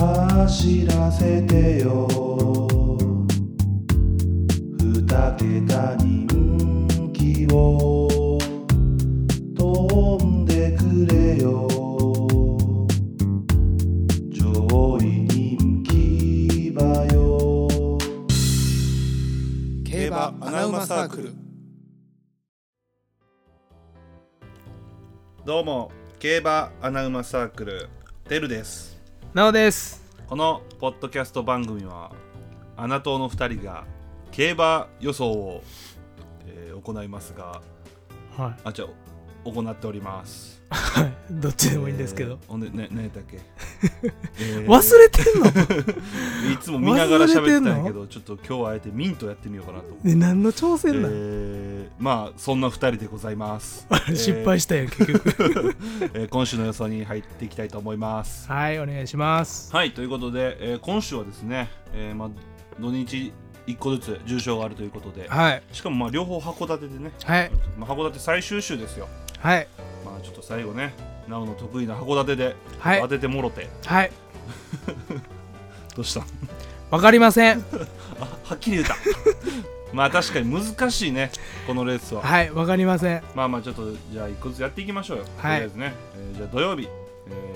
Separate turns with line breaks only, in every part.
走らせてよ二桁人気を飛んでくれよ上位人気馬よ
競馬アナウマサークル
どうも競馬アナウマサークルデルです
なおです
このポッドキャスト番組はアナ党の2人が競馬予想を、えー行いますが
は
あじゃあ行っております
いどっちでもいいんですけ
えー
ど、
ほんで、ね、何やったっ け、えー
忘れてんの
いつも見ながら喋ってたんや
忘
け
れて
どちょっと今日はあえてミントやってみようかなと思って、
ね何の挑戦なん、
えーまあそんな2人でございます、
あれ 失敗したやん結局
えー今週の予想に入っていきたいと思います
はいお願いします
はいということで、えー今週はですね、えーまあ、土日1個ずつ重賞があるということで
はい
しかもまあ両方函館でね、
はい
まあ、函館最終週ですよ
はい
まあちょっと最後ねなおの得意な函館で
はい
当ててもろて、
はい
どうした
わかりません
あはっきり言った まあ確かに難しいねこのレースは、
はいわかりません
まあまあちょっとじゃあ1個ずつやっていきましょうよ、
はい
とりあえずね、えーじゃあ土曜日、え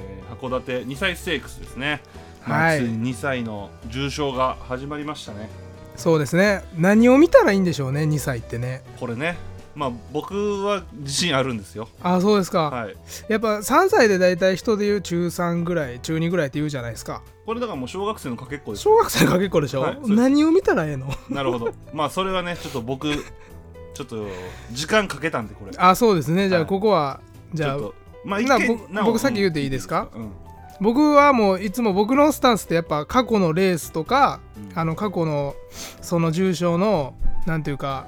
ー函館2歳ステークスですね、まあ
はい
ついに2歳の重賞が始まりましたね
そうですね何を見たらいいんでしょうね2歳ってね
これねまあ僕は自信あるんですよ
あそうですか、
はい
やっぱ3歳で大体人で言う中3ぐらい中2ぐらいって言うじゃないですか
これだからもう小学生のかけっこです
小学生かけっこでしょ、
はいそうです
何を見たらええの
なるほどまあそれはねちょっと僕ちょっと時間かけたんでこれ
あそうですねじゃ
は
あ
い
ここは、じ
ち
ゃあ
ょっとまあ
な
一見
僕
なお
僕さっき言うていいですか
うん
僕はもういつも僕のスタンスってやっぱ過去のレースとか、
うん
あの過去のその重賞のなんていうか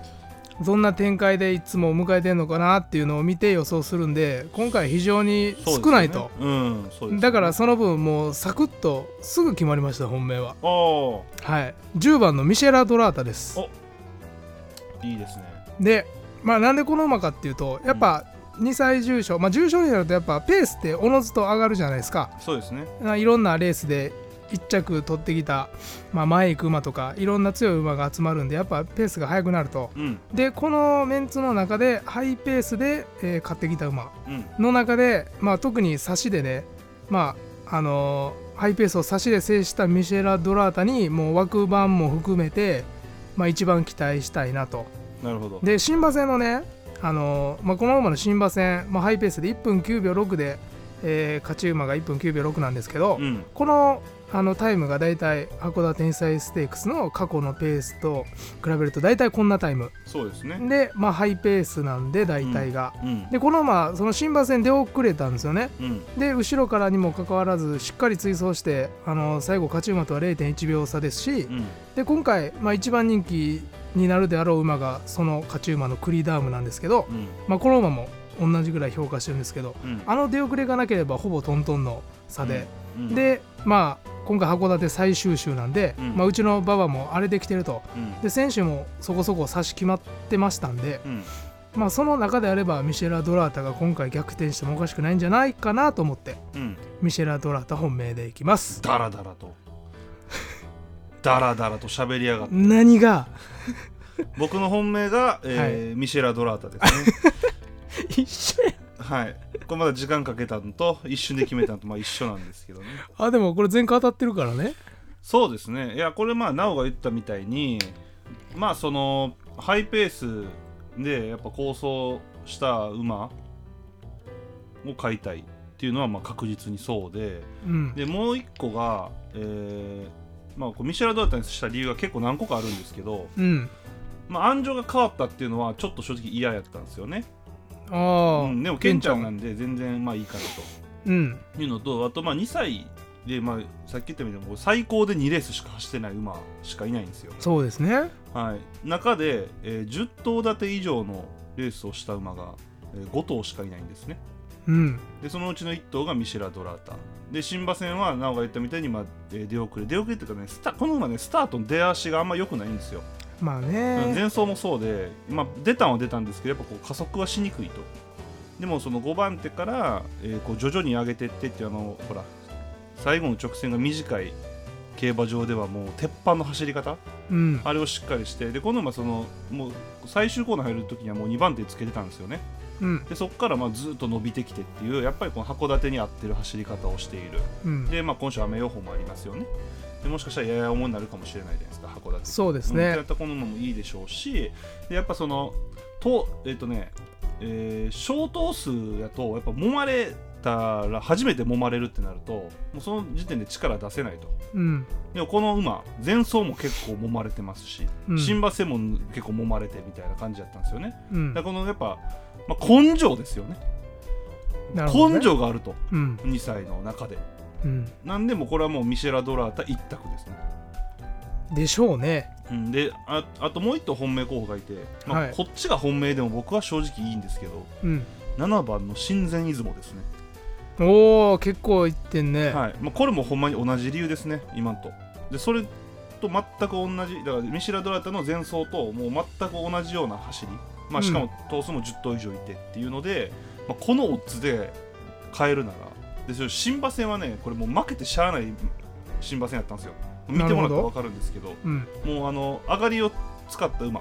どんな展開でいつも迎えてんのかなっていうのを見て予想するんで今回非常に
そうですよね
少ないと、
うんそうです
だからその分もうサクッとすぐ決まりました本命は
おお
はい10番のミシェラ・ドラータです
ーいいですね
でまあなんでこの馬かっていうとやっぱ2歳重賞まあ重賞になるとやっぱペースっておのずと上がるじゃないですか
そうですね
まあいろんなレースで1着取ってきた、まあ、前行く馬とかいろんな強い馬が集まるんでやっぱペースが速くなると
うん
でこのメンツの中でハイペースで、えー買ってきた馬
うん
の中で、まあ、特に差しでね、まああのーハイペースを差しで制したミシェラ・ドラータにもう枠番も含めて、まあ、一番期待したいなと
なるほど
で新馬戦のね、あのーまあ、この馬の新馬戦、まあ、ハイペースで1分9秒6で、えー勝ち馬が1分9秒6なんですけど、
うん
このあのタイムが大体函館天才ステークスの過去のペースと比べると大体こんなタイム
そうですね
で、まあ、ハイペースなんで大体が、
うん
でこのまあその新馬戦出遅れたんですよね
うん
で後ろからにもかかわらずしっかり追走してあの最後勝ち馬とは0.1秒差ですし、
うん
で今回、まあ、一番人気になるであろう馬がその勝ち馬のクリーダームなんですけど、
うん
まあ、この馬も同じぐらい評価してるんですけど
うん
あの出遅れがなければほぼトントンの差で、
うん
でまあ今回函館最終週なんで、
う
うんまあ、うちの馬場もあれできてると
うん
で選手もそこそこ差し決まってましたんで、
うん
まあ、その中であればミシェラ・ドラータが今回逆転してもおかしくないんじゃないかなと思って
うん
ミシェラ・ドラータ本命でいきます
ダラダラとダラダラと喋りやがって
何が
僕の本命が、えーミシェラ・ドラータですね
一緒や
はいこれまだ時間かけたのと一瞬で決めたのとまあ一緒なんですけどね
あでもこれ前回当たってるからね
そうですねいやこれまあなおが言ったみたいにまあそのハイペースでやっぱ構想した馬を買いたいっていうのはまあ確実にそうで
うん
でもう一個が、えーまあ、こうミシェラ・ドラータにした理由が結構何個かあるんですけど、
うん
まあ、安城が変わったっていうのはちょっと正直嫌やったんですよね
ああ、
うん、でもケンちゃんなんで全然まあいいかな
うん
というのとあとまあ2歳で、まあ、さっき言ったみたいにもう最高で2レースしか走ってない馬しかいないんですよ、
そうですね
はい、中で、えー10頭立て以上のレースをした馬が、え5頭しかいないんですね
うん
でそのうちの1頭がミシェラ・ドラータで新馬戦はなおが言ったみたいに、まあえー出遅れ出遅れっていうかねスタこの馬ねスタートの出足があんま良くないんですよ、
まあ
うん
ね
前走もそうで、まあ、出たんは出たんですけどやっぱこう加速はしにくいとでもその5番手から、えーこう徐々に上げてってっていうあのほら最後の直線が短い競馬場ではもう鉄板の走り方
うん
あれをしっかりしてでこの馬そのもう最終コーナー入る時にはもう2番手つけてたんですよね
うん
でそこからまあずっと伸びてきてっていうやっぱりこの函館に合ってる走り方をしている
うん
で、まあ、今週雨予報もありますよねでもしかしたらやや重になるかもしれないじゃないですか函館
そうです
うんって
ね
なったこののもいいでしょうしでやっぱそのとえっ、とね、えー小頭数やとやっぱ揉まれたら初めて揉まれるってなるともうその時点で力出せないと
うん
でもこの馬前走も結構揉まれてますし
うん
新馬戦も結構揉まれてみたいな感じだったんですよね
うん
だからこのやっぱ、まあ、根性ですよね
なるほどね
根性があると
うん
2歳の中で
うん
なんでもうこれはもうミシェラ・ドラータ一択ですね
でしょうね
うん、でああともう一頭本命候補がいて、まあ
はい
こっちが本命でも僕は正直いいんですけど
うん
7番の親善出雲ですね、
おお結構いってんね
はいまあ、これもほんまに同じ理由ですね今んとでそれと全く同じだからミシェラ・ドラタの前走ともう全く同じような走り、ま
う
あ、
ん
しかも頭数も10頭以上いてっていうので、まあ、このオッズで変えるならでそれ新馬戦はねこれもう負けてしゃあない新馬戦やったんですよ見てもらったら分かるんですけど
うん
もうあの上がりを使った馬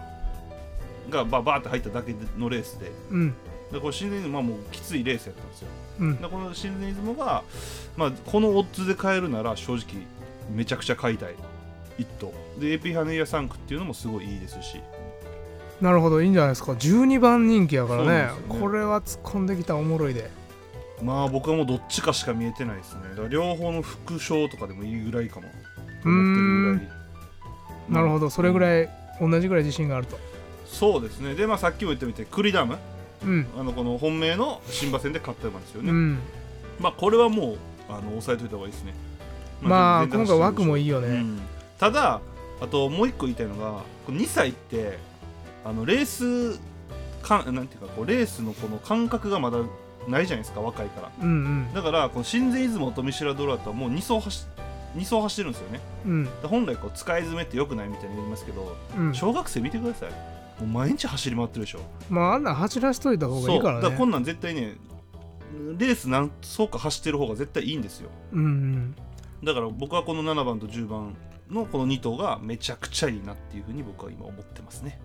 がババーって入っただけのレースで
うん
でこれ新鮮馬はもうきついレースやったんですよ
うん
でこの新鮮出雲が、まあ、このオッズで買えるなら正直めちゃくちゃ買いたい一頭で AP ハネイヤ3区っていうのもすごいいいですし
なるほどいいんじゃないですか12番人気やか
そう
ら
なんで
ね
すよね
これは突っ込んできたらおもろいで
まあ僕はもうどっちかしか見えてないですねだから両方の副賞とかでもいいぐらいかもと思ってるぐらい
なるほどそれぐ
い
らい同じぐらい自信があると
そうですねでまあさっきも言ってみてクリダム
うん
あのこの本命の新馬戦で勝った馬ですよね、
うん
まあこれはもうあの抑えといた方がいいですね。
まあ
全然
今回枠もいいよ
う
ね
んただあともう一個言いたいのが2歳ってあのレースかなんていうかこうレースのこの感覚がまだないじゃないですか若いから
うん
だからこの新前出雲とミシュラドラートはもう2走走二走走ってるんですよね
うんうん
だから本来こう使い詰めってよくないみたいに言いますけど
うん
小学生見てくださいもう毎日走り回ってるでしょ
まああんなん走らしといた方がいいから
そうだからこ
ね
んなん絶対ねレース何走か走ってる方が絶対いいんですよ
うんうん
だから僕はこの7番と10番のこの2頭がめちゃくちゃいいなっていうふうに僕は今思ってますね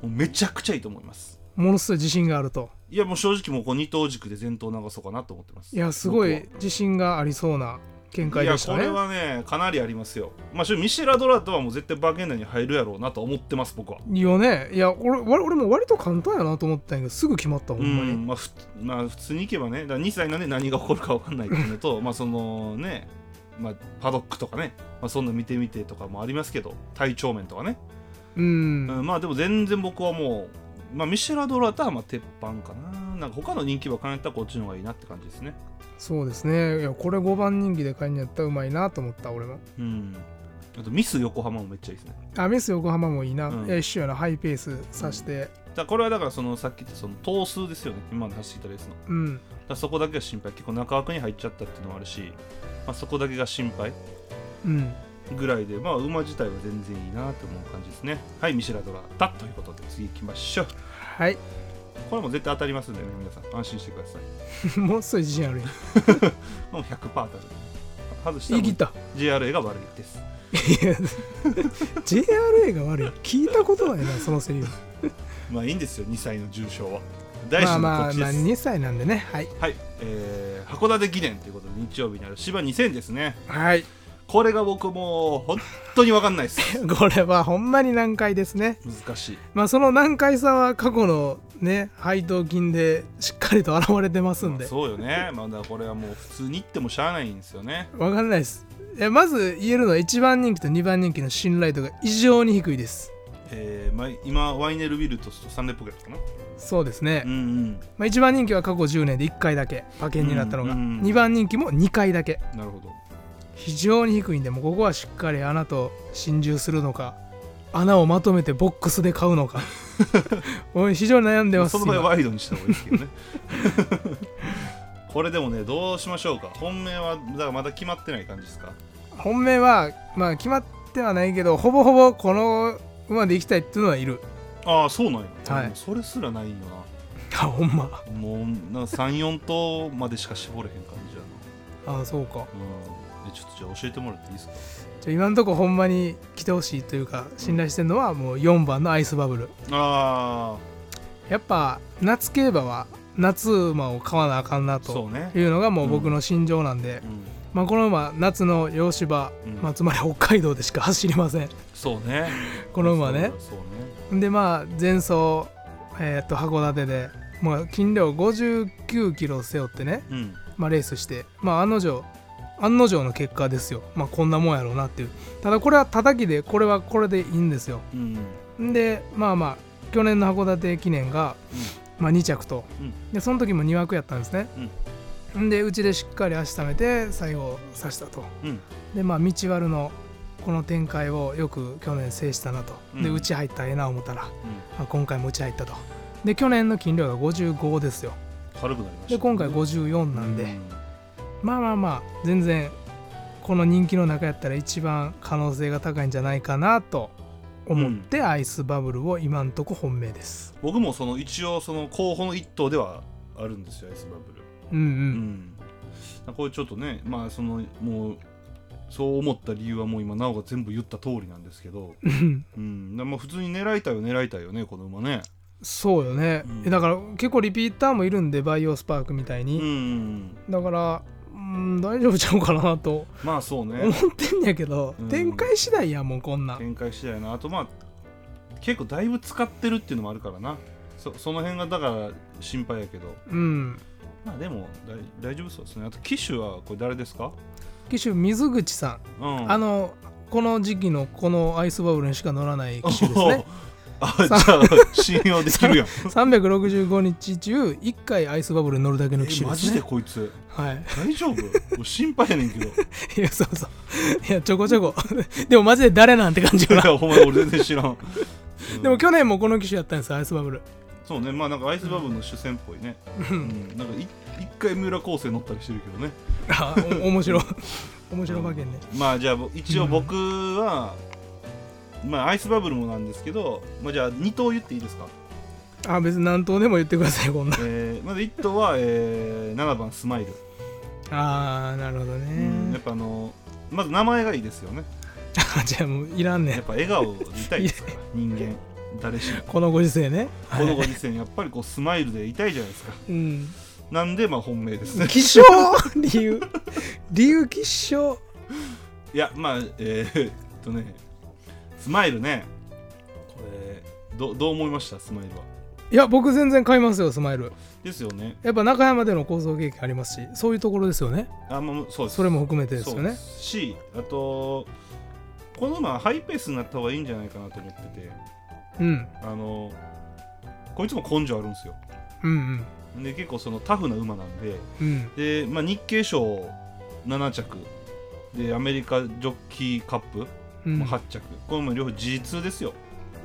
もうめちゃくちゃいいと思います
ものすごい自信があると
いやもう正直もうこの2頭軸で前頭流そうかなと思ってます
いやすごい
僕
自信がありそうな見
は
解
いや
でし
こ
たね
れはねかなりありますよまあ正直ミシェラ・ドラとはもう絶対バーゲン内に入るやろうなと思ってます僕はい
いよねいや俺わ俺も割と簡単やなと思ったんやけどすぐ決まったほ
うん
ま
ん
に
まあ、ふまあ普通にいけばねだ2歳なんで何が起こるか分かんないっていうのと まあそのねまあ、パドックとかね、まあ、そんな見てみてとかもありますけど体調面とかね
うん
うん、まあでも全然僕はもう、まあ、ミシェラ・ドラタはまあ鉄板かななんか他の人気馬考えたらこっちの方がいいなって感じですね
そうですねいやこれ5番人気で買いにやったらうまいなと思った俺も
うんあとミス横浜もめっちゃいいですね
あミス横浜もいいな、
うん
いや一緒やなハイペースさして
だからこれはだからそのさっき言ったその頭数ですよね今まで走ってきたレースのだか
うん
らそこだけが心配結構中枠に入っちゃったっていうのもあるし、まあ、そこだけが心配
うん
ぐらいでまあ馬自体は全然いいなって思う感じですねはいミシェラ・ドラタということで次行きましょう
はい
これも絶対当たりますんでね皆さん安心してください
もうすごい自信あるやん
もう100%当たる外したら
言い
も
切っ
う
た
JRA が悪いです
いや JRA が悪い聞いたことないなそのセリフ
まあいいんですよ、2歳の重傷は。大事
まあ
なこ
ま
っ
あ
ちで
まあ
す。
2歳なんでねはい
はい、えー函館記念ということで、日曜日にある芝2000ですね。
はい
これが僕もう本当に分かんない です。
これはほんまに難解ですね
難しい。
まあその難解さは過去のね配当金でしっかりと現れてますん
ま
で
あそうよね。まあだからこれはもう普通に行ってもしゃあないんですよね。
わかんないですえまず言えるのは1番人気と2番人気の信頼度が異常に低いです
えーまあ、今、ワイネル・ウィルトスとサンデーポケットかな。
そうですね、
うんうん。
まあ、1番人気は過去10年で1回だけ馬券になったのが、
うんうんうん
2番人気も2回だけ
なるほど。
非常に低いんでもうここはしっかり穴と心中するのか穴をまとめてボックスで買 うのかもう非常に悩んで
ま
ま
あ
す
その場合
今
ワイドにした方がいいですけ どね。これでもね、どうしましょうか。本命はだからまだ決まってない感じですか。
本命はまあ決まってはないけどほぼほぼこの馬で行きたいっていうのはいる
ああ、そうなんや。
はい
でもそれすらないよな。
あほんま
もうなんか34頭までしか絞れへん感じや
ああそうか
うん、えちょっとじゃあ教えてもらっていいですか
じゃあ今のとこほんまに来てほしいというか信頼してるのはもう4番のアイスバブル
あ
やっぱ夏競馬は夏馬を買わなあかんな
あそ
と
うね
いうのがもう僕の心情なんで、
うん
まあ、この馬夏の洋芝、
うん
まあ、つまり 北海道でしか走りません
そうね
この馬
そ
ね
うそうね
でまあ前走、えーっと函館で、まあ、斤量59キロを背負ってね、
うん
まあ、レースして、まあ、案の定案の定の結果ですよ、まあ、こんなもんやろうなっていうただこれは叩きでこれはこれでいいんですよ
うん
んでまあまあ去年の函館記念が、まあ、2着と、
うん
でその時も2枠やったんですね、んでうちでしっかり足ためて最後刺したと
うん
でまあ道割るのこの展開をよく去年制したなと、で
うん
うち入ったらええな思ったら、まあ、今回もうち入ったとで去年の金量が55ですよ
軽くなりました
で今回54なんで、
う
まあまあまあ全然この人気の中やったら一番可能性が高いんじゃないかなと思って、アイスバブルを今んとこ本命です
僕もその一応その候補の一頭ではあるんですよアイスバブル
うん
う、ん、これちょっとねまあそのもうそう思った理由はもう今なおが全部言った通りなんですけ ど、
うん、
うん、まあ普通に狙いたいよ狙いたいよねこの馬ね
そうよね、
うん
えだから結構リピーターもいるんでバイオスパークみたい
うん
に、だからうん大丈夫ちゃうかなと
まあそうね
思ってんやけど、
うん
展開次第やもうこんなん
展開次第なあとまあ結構だいぶ使ってるっていうのもあるからなそその辺がだから心配やけど
うん
まあでもだい大丈夫そうですねあと機種はこれ誰ですか、
機種水口さ
うん
ん、あのこの時期のこのアイスバブルにしか乗らない機種ですね
あじゃあ信用できるやん
365日中1回アイスバブルに乗るだけの機
え
種
マ
です、ね、
ジでこいつ
はい
大丈夫もう心配やねんけど
いやそうそういやちょこちょこ でもマジで誰なんて感じ
い
よ な
やほんまに俺全然知らん、
でも
今日
去年もこの機種やったんですよアイスバブル
そうねまあなんかアイスバブルの主戦っぽいね、
う
うんん、なんかい一回三浦昴生乗ったりしてるけどね
あお面白い 面白馬券ね
まあじゃあぼ一応僕は、まあアイスバブルもなんですけど、まあ、じゃあ2頭言っていいです か、
あ別に何頭でも言ってくださいこんな
えーまず1頭は、えー7番スマイル、
あーなるほど
うんや
ね
っぱあのまず名前がいいですよね
あ じゃあもういらん
やっ
ね
ぱ笑顔でいたいですから人間誰 しも
このご時世ね
このご時世にやっぱりこうスマイルでいたいじゃないですか
うん
なんでまあ本命ですね
希少理由理由希少
いやまあえー、えっとねスマイルねこれどどう思いましたスマイルはい
や僕全然買いますよスマイル
ですよね
やっぱ中山での構想経験ありますしそういうところですよね
あまあそうです
それも含めてですよ
そうで
ね
すしあとこの馬はハイペースになった方がいいんじゃないかなと思ってて
うん
あのこいつも根性あるんですよ
うん
で結構そのタフな馬なんで
うんうん
で、まあ、日経賞7着でアメリカジョッキーカップ
うん
も8着、これも両方 G2 ですよ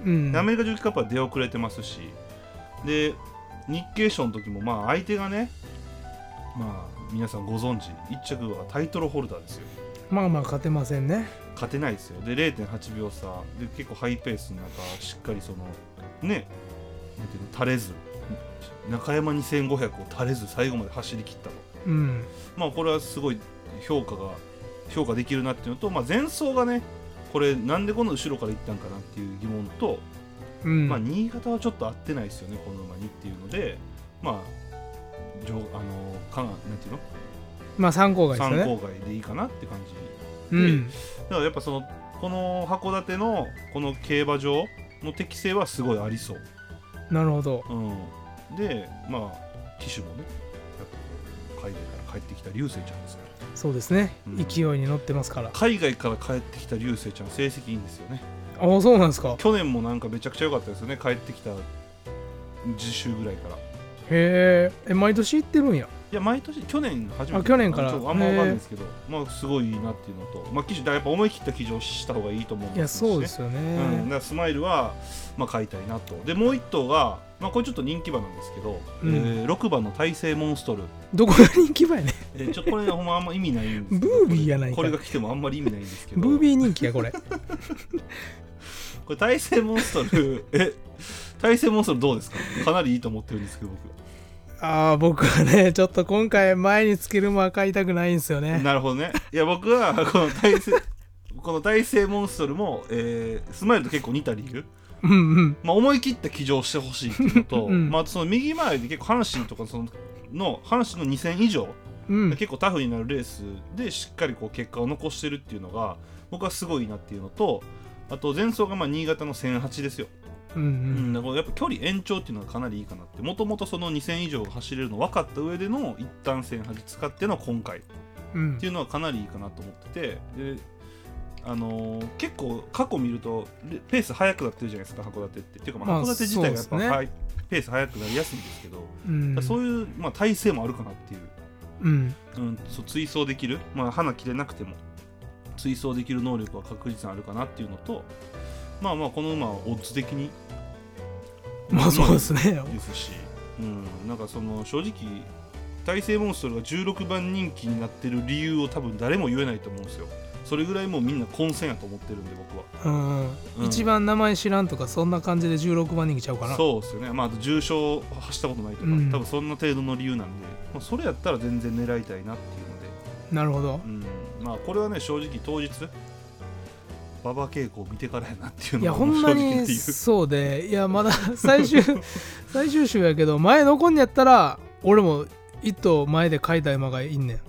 うん
アメリカジョッキカップは出遅れてますしで日経賞の時もまあ相手がねまあ皆さんご存知1着はタイトルホルダーですよ
まあまあ勝てませんね
勝てないですよで0.8秒差で結構ハイペースの中しっかりそのねなんていうの垂れず中山2500を垂れず最後まで走り切ったと
うん
まあこれはすごい評価が評価できるなっていうのと、まあ、前走がねこれなんでこの後ろから行ったんかなっていう疑問と、
うん
まあ、新潟はちょっと合ってないですよねこの馬にっていうのでまあ上あのかなんていうの
まあ参考外です
参
よね
考外でいいかなって感じ
うん
だからやっぱそのこの函館のこの競馬場の適性はすごいありそう、
なるほど
うん、でまあ機種もねやっぱこう海外から帰ってきた流星ちゃんですから
そうですね
うん
勢いに乗ってますから
海外から帰ってきた流星ちゃん成績いいんですよね
ああそうなんですか
去年もなんかめちゃくちゃ良かったですよね帰ってきた次週ぐらいからい
へーえ毎年行ってるんや
や毎年去年初め
あ
て
去年から
あのちょっとあんま分かんないですけどまあすごいいいなっていうのとまあ機種だやっぱ思い切った騎乗した方がいいと思うん
いや
ね
そうですよ
うん、だ
ね
からスマイルは、まあ、買いたいなとでもう1頭が、まあ、これちょっと人気馬なんですけど、
うん
えー6番の大勢モンストル、
どこが人気 ばやね
えーちょっとこれほんまあんま意味ないんですけ
ブ
ど
ービーやないか
これが来てもあんまり意味ないんですけど
ブービー人気やこれ
これ大 勢モンストルえ大勢モンストルどうですかかなりいいと思ってるんですけど僕
ああ僕はねちょっと今回前につける馬は買いたくないんですよね
なるほどねいや僕はこの大勢 この大勢モンストルも、えースマイルと結構似た理由、
うんうん
まあ、思い切った騎乗してほしいっていうのと、
うん
まあ、あとその右回りで結構阪神とかそのの阪神の2戦以上
うん
結構タフになるレースでしっかりこう結果を残してるっていうのが僕はすごいなっていうのとあと前走がまあ新潟の1008ですよ、
う
うんん、だからやっぱ距離延長っていうのがかなりいいかなってもともとその2000以上走れるの分かった上での一旦1008使っての今回っ
うんうん
ていうのはかなりいいかなと思っててであのー結構過去見るとレペース速くなってるじゃないですか函館ってっていうかま
まあ
あ函館自体がやっぱ、
そうですね
はいペース速くなりやすいんですけど、
うん
そういう、まあ、体勢もあるかなっていう
うん
うん、そう追走できる、まあ、花切れなくても追走できる能力は確実にあるかなっていうのとまあまあこの馬はオッズ的に
まあそうですね
ですし、うん、なんかその正直大勢モンストロが16番人気になってる理由を多分誰も言えないと思うんですよそれぐらいもうみんな混戦やと思ってるんで僕は
うん
うん
一番名前知らんとかそんな感じで16番人気ちゃうかな
そうですよねまああと重傷走ったことないとか、
うん
多分そんな程度の理由なんで、まあ、それやったら全然狙いたいなっていうので
なるほど
うん、まあこれはね正直当日馬場稽古を見てからやなっていう
い
の
や
が
ほんま
正直
に
っていう
そうでいやまだ 最終最終週やけど前残んやったら俺も一頭前で書いた馬がいんねん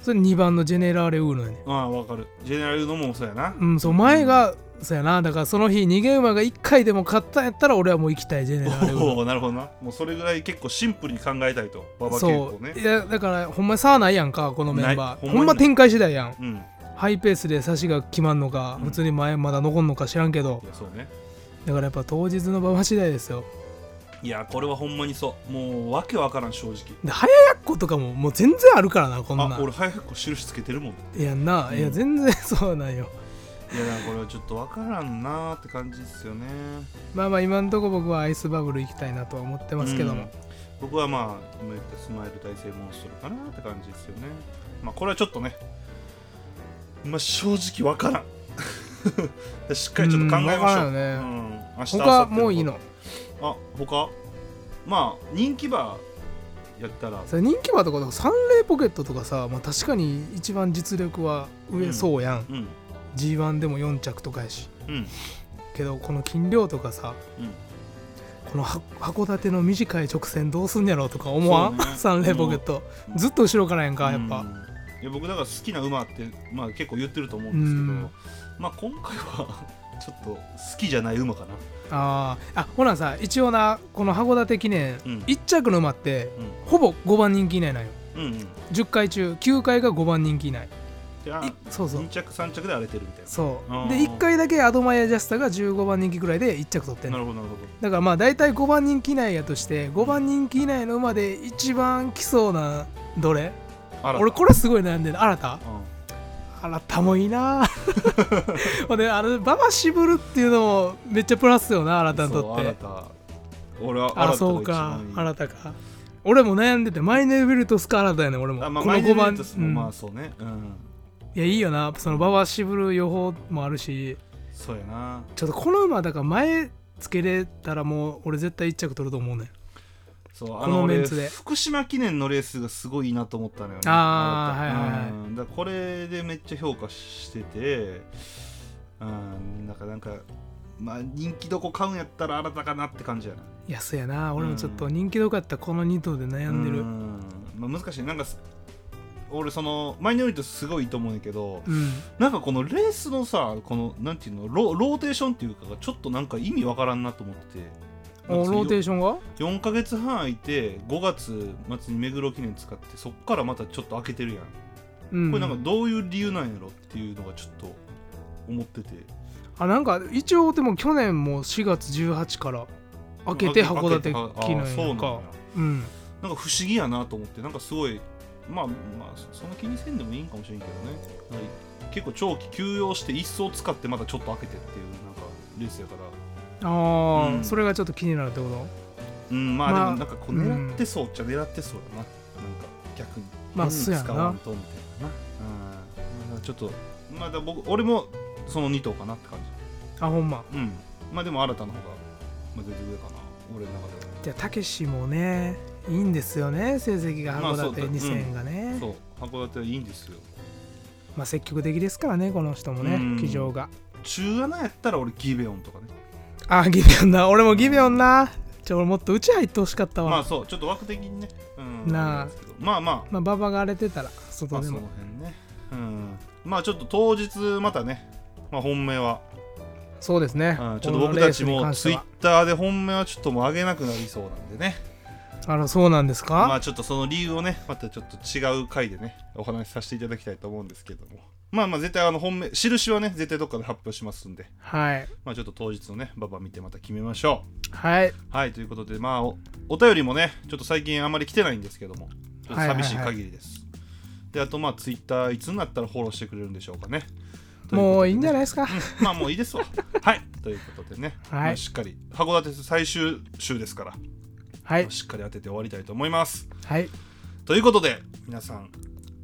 それ2番のジェネラーレウーノやねん
ああわかるジェネラルのもそうやな、
うんそう前がそうやなだからその日逃げ馬が1回でも勝ったんやったら俺はもう行きたいジェネラーレウー
お
ノ
お なるほどなもうそれぐらい結構シンプルに考えたいと馬場稽古
そ
を
う、
ね
いやだからほんまに差はないやんかこのメンバー
ないほんまに
ほんま展開次第やん
うんい
ハイペースで差しが決まんのか、
うん
普通に前まだ残んのか知らんけど
やそうね
だからやっぱ当日の馬場次第ですよ
いやこれはほんまにそうもうわけわからん正直
で早やっことかももう全然あるからなこんなん
あ俺早く印つけてるもん
いやな、
うん
いや全然そうなんよ
いやだからこれはちょっとわからんなーって感じですよね
まあまあ今のとこ僕はアイスバブル行きたいなとは思ってますけども、
うん僕はまあ今言ったスマイル大成モンストロかなって感じですよねまあこれはちょっとねまあ正直わからん しっかりちょっと考えまし
うんわから
ょう、う
んよ
ん
ね
明日
他もういい
明
の
後日あ他まあ人気馬やったら
それ人気馬とかサンレイポケットとかさ、まあ、確かに一番実力は上そうやん、
うん
G1 でも4着とかやし
うん
けどこの金量とかさ
うん
このは函館の短い直線どうすんやろうとか思わん、
そうね
サンレイポケットずっと後ろからやんかやっぱ、
うんいや僕だから好きな馬って、まあ、結構言ってると思うんですけど、
うん
まあ今回は ちょっと好きじゃない馬かな
あーあほらさ一応なこの函館記念、
うん
1着の馬って
う
ほぼ5番人気以内なんよ
んうんうん
10回中9回が5番人気以内
であ
いそうそう
2着3着で荒れてるみたいな
そう
あー
で1回だけアドマイア・ジャスタが15番人気ぐらいで1着取ってん
な
の
るほどなるほど
だからまあ大体5番人気以内やとして5番人気以内の馬で一番来そうなどれ
あら
俺これすごい悩んでる新た
う
新たもい いなほんであれババシブルっていうのもめっちゃプラスよな新た
ん、
に
そう
とっ
新
て
た俺は新た
あ
が
そうか
一番いい
新たか俺も悩んでてマイネーベルトスか新たやねん俺も
あまあ、
この
マイネ
5
ル
番
トスもま
う
あそうねうん、
んいやいいよなそのババシブル予報もあるし
そうやな
ちょっとこの馬だから前つけれたらもう俺絶対1着取ると思うねん
そう
こ
あ
の
の
メ
俺
ンツで
福島記念のレースがすごいいいなと思ったのよね
あー
新た
はいはいはい
うんだからこれでめっちゃ評価しててうんなんかなんかまあ人気どこ買うんやったら新たかなって感じやな
安やな俺もちょっと人気どよかったこの2頭で悩んで
う
る
まあ、難しいなんかす俺そのマイノリティすごいいいと思うんやけど
うん
なんかこのレースのさこのなんていうのロローテーションっていうかがちょっとなんか意味わからんなと思ってて
おローテーションが
4か月半空いて5月末に目黒記念使ってそっからまたちょっと開けてるやん、
うん
これなんかどういう理由なんやろっていうのがちょっと思ってて
あなんか一応でも去年も4月18から開けて函館
開
機
け
能
あそうな
や
ん
ん
や
かうん
なんか不思議やなと思ってなんかすごいまあまあその気にせんでもいいんかもしれんけどね、はい、結構長期休養して一層使ってまたちょっと開けてっていうなんかレースやから
ああ、
うん
それがちょっと気になるってこと
うんまあ
まあ
でもなんかこう狙ってそうっちゃ狙ってそうやな、なんか逆に
ま
変
あ
に
そうやな
使わんとみたいななうんまあちょっとまあだ僕俺もその2頭かなって感
あほんま
じうんまあでも新たな方が、まあ、全然上かな俺の中では
じゃあたけしもねいいんですよね成績が
まあそう
函館
だ
2000がね、まあ
そう函館はいいんですよ
積極的ですからねこの人も
う
ね
ん
騎乗が
中穴やったら俺ギベオンとかね
あギビオンな俺もギビオンなちょ俺もっとうち入ってほしかったわ、
ま
ま
あそうちょっと枠的にね、うん、
なあ
あれですけどまあまあ
あ、馬場が荒れてたら
ま
外
あ
で
そ
も、
の辺ねうんまあちょっと当日またねまあ本命は、
そうですね、
うん、ちょっと
この
僕
レー
た
ス
ち
に
も
関して
ツイ
は
ッターで本命はちょっともう上げなくなりそうなんでね
あらそうなんですか、
まあちょっとその理由をねまたちょっと違う回でねお話しさせていただきたいと思うんですけどもまあまあ絶対あの本命印はね絶対どっかで発表しますんで
はい
まあちょっと当日のねババ見てまた決めましょ
はい、
うはいということでまあおお便りもねちょっと最近あんまり来てないんですけどもちょっと寂しい限りです、であとまあツイッターいつになったらフォローしてくれるんでしょうかね
もういいんじゃないいですか
まあもういいですわはいということでね、
はい
まあしっかり函館最終週ですから、
はい
しっかり当てて終わりたいと思います
はい
ということで皆さん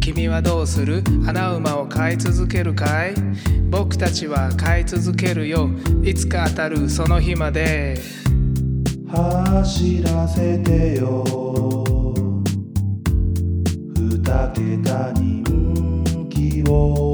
君はどうする穴馬を飼い続けるかい僕たちは飼い続けるよいつか当たるその日まで
走らせてよ二桁人気を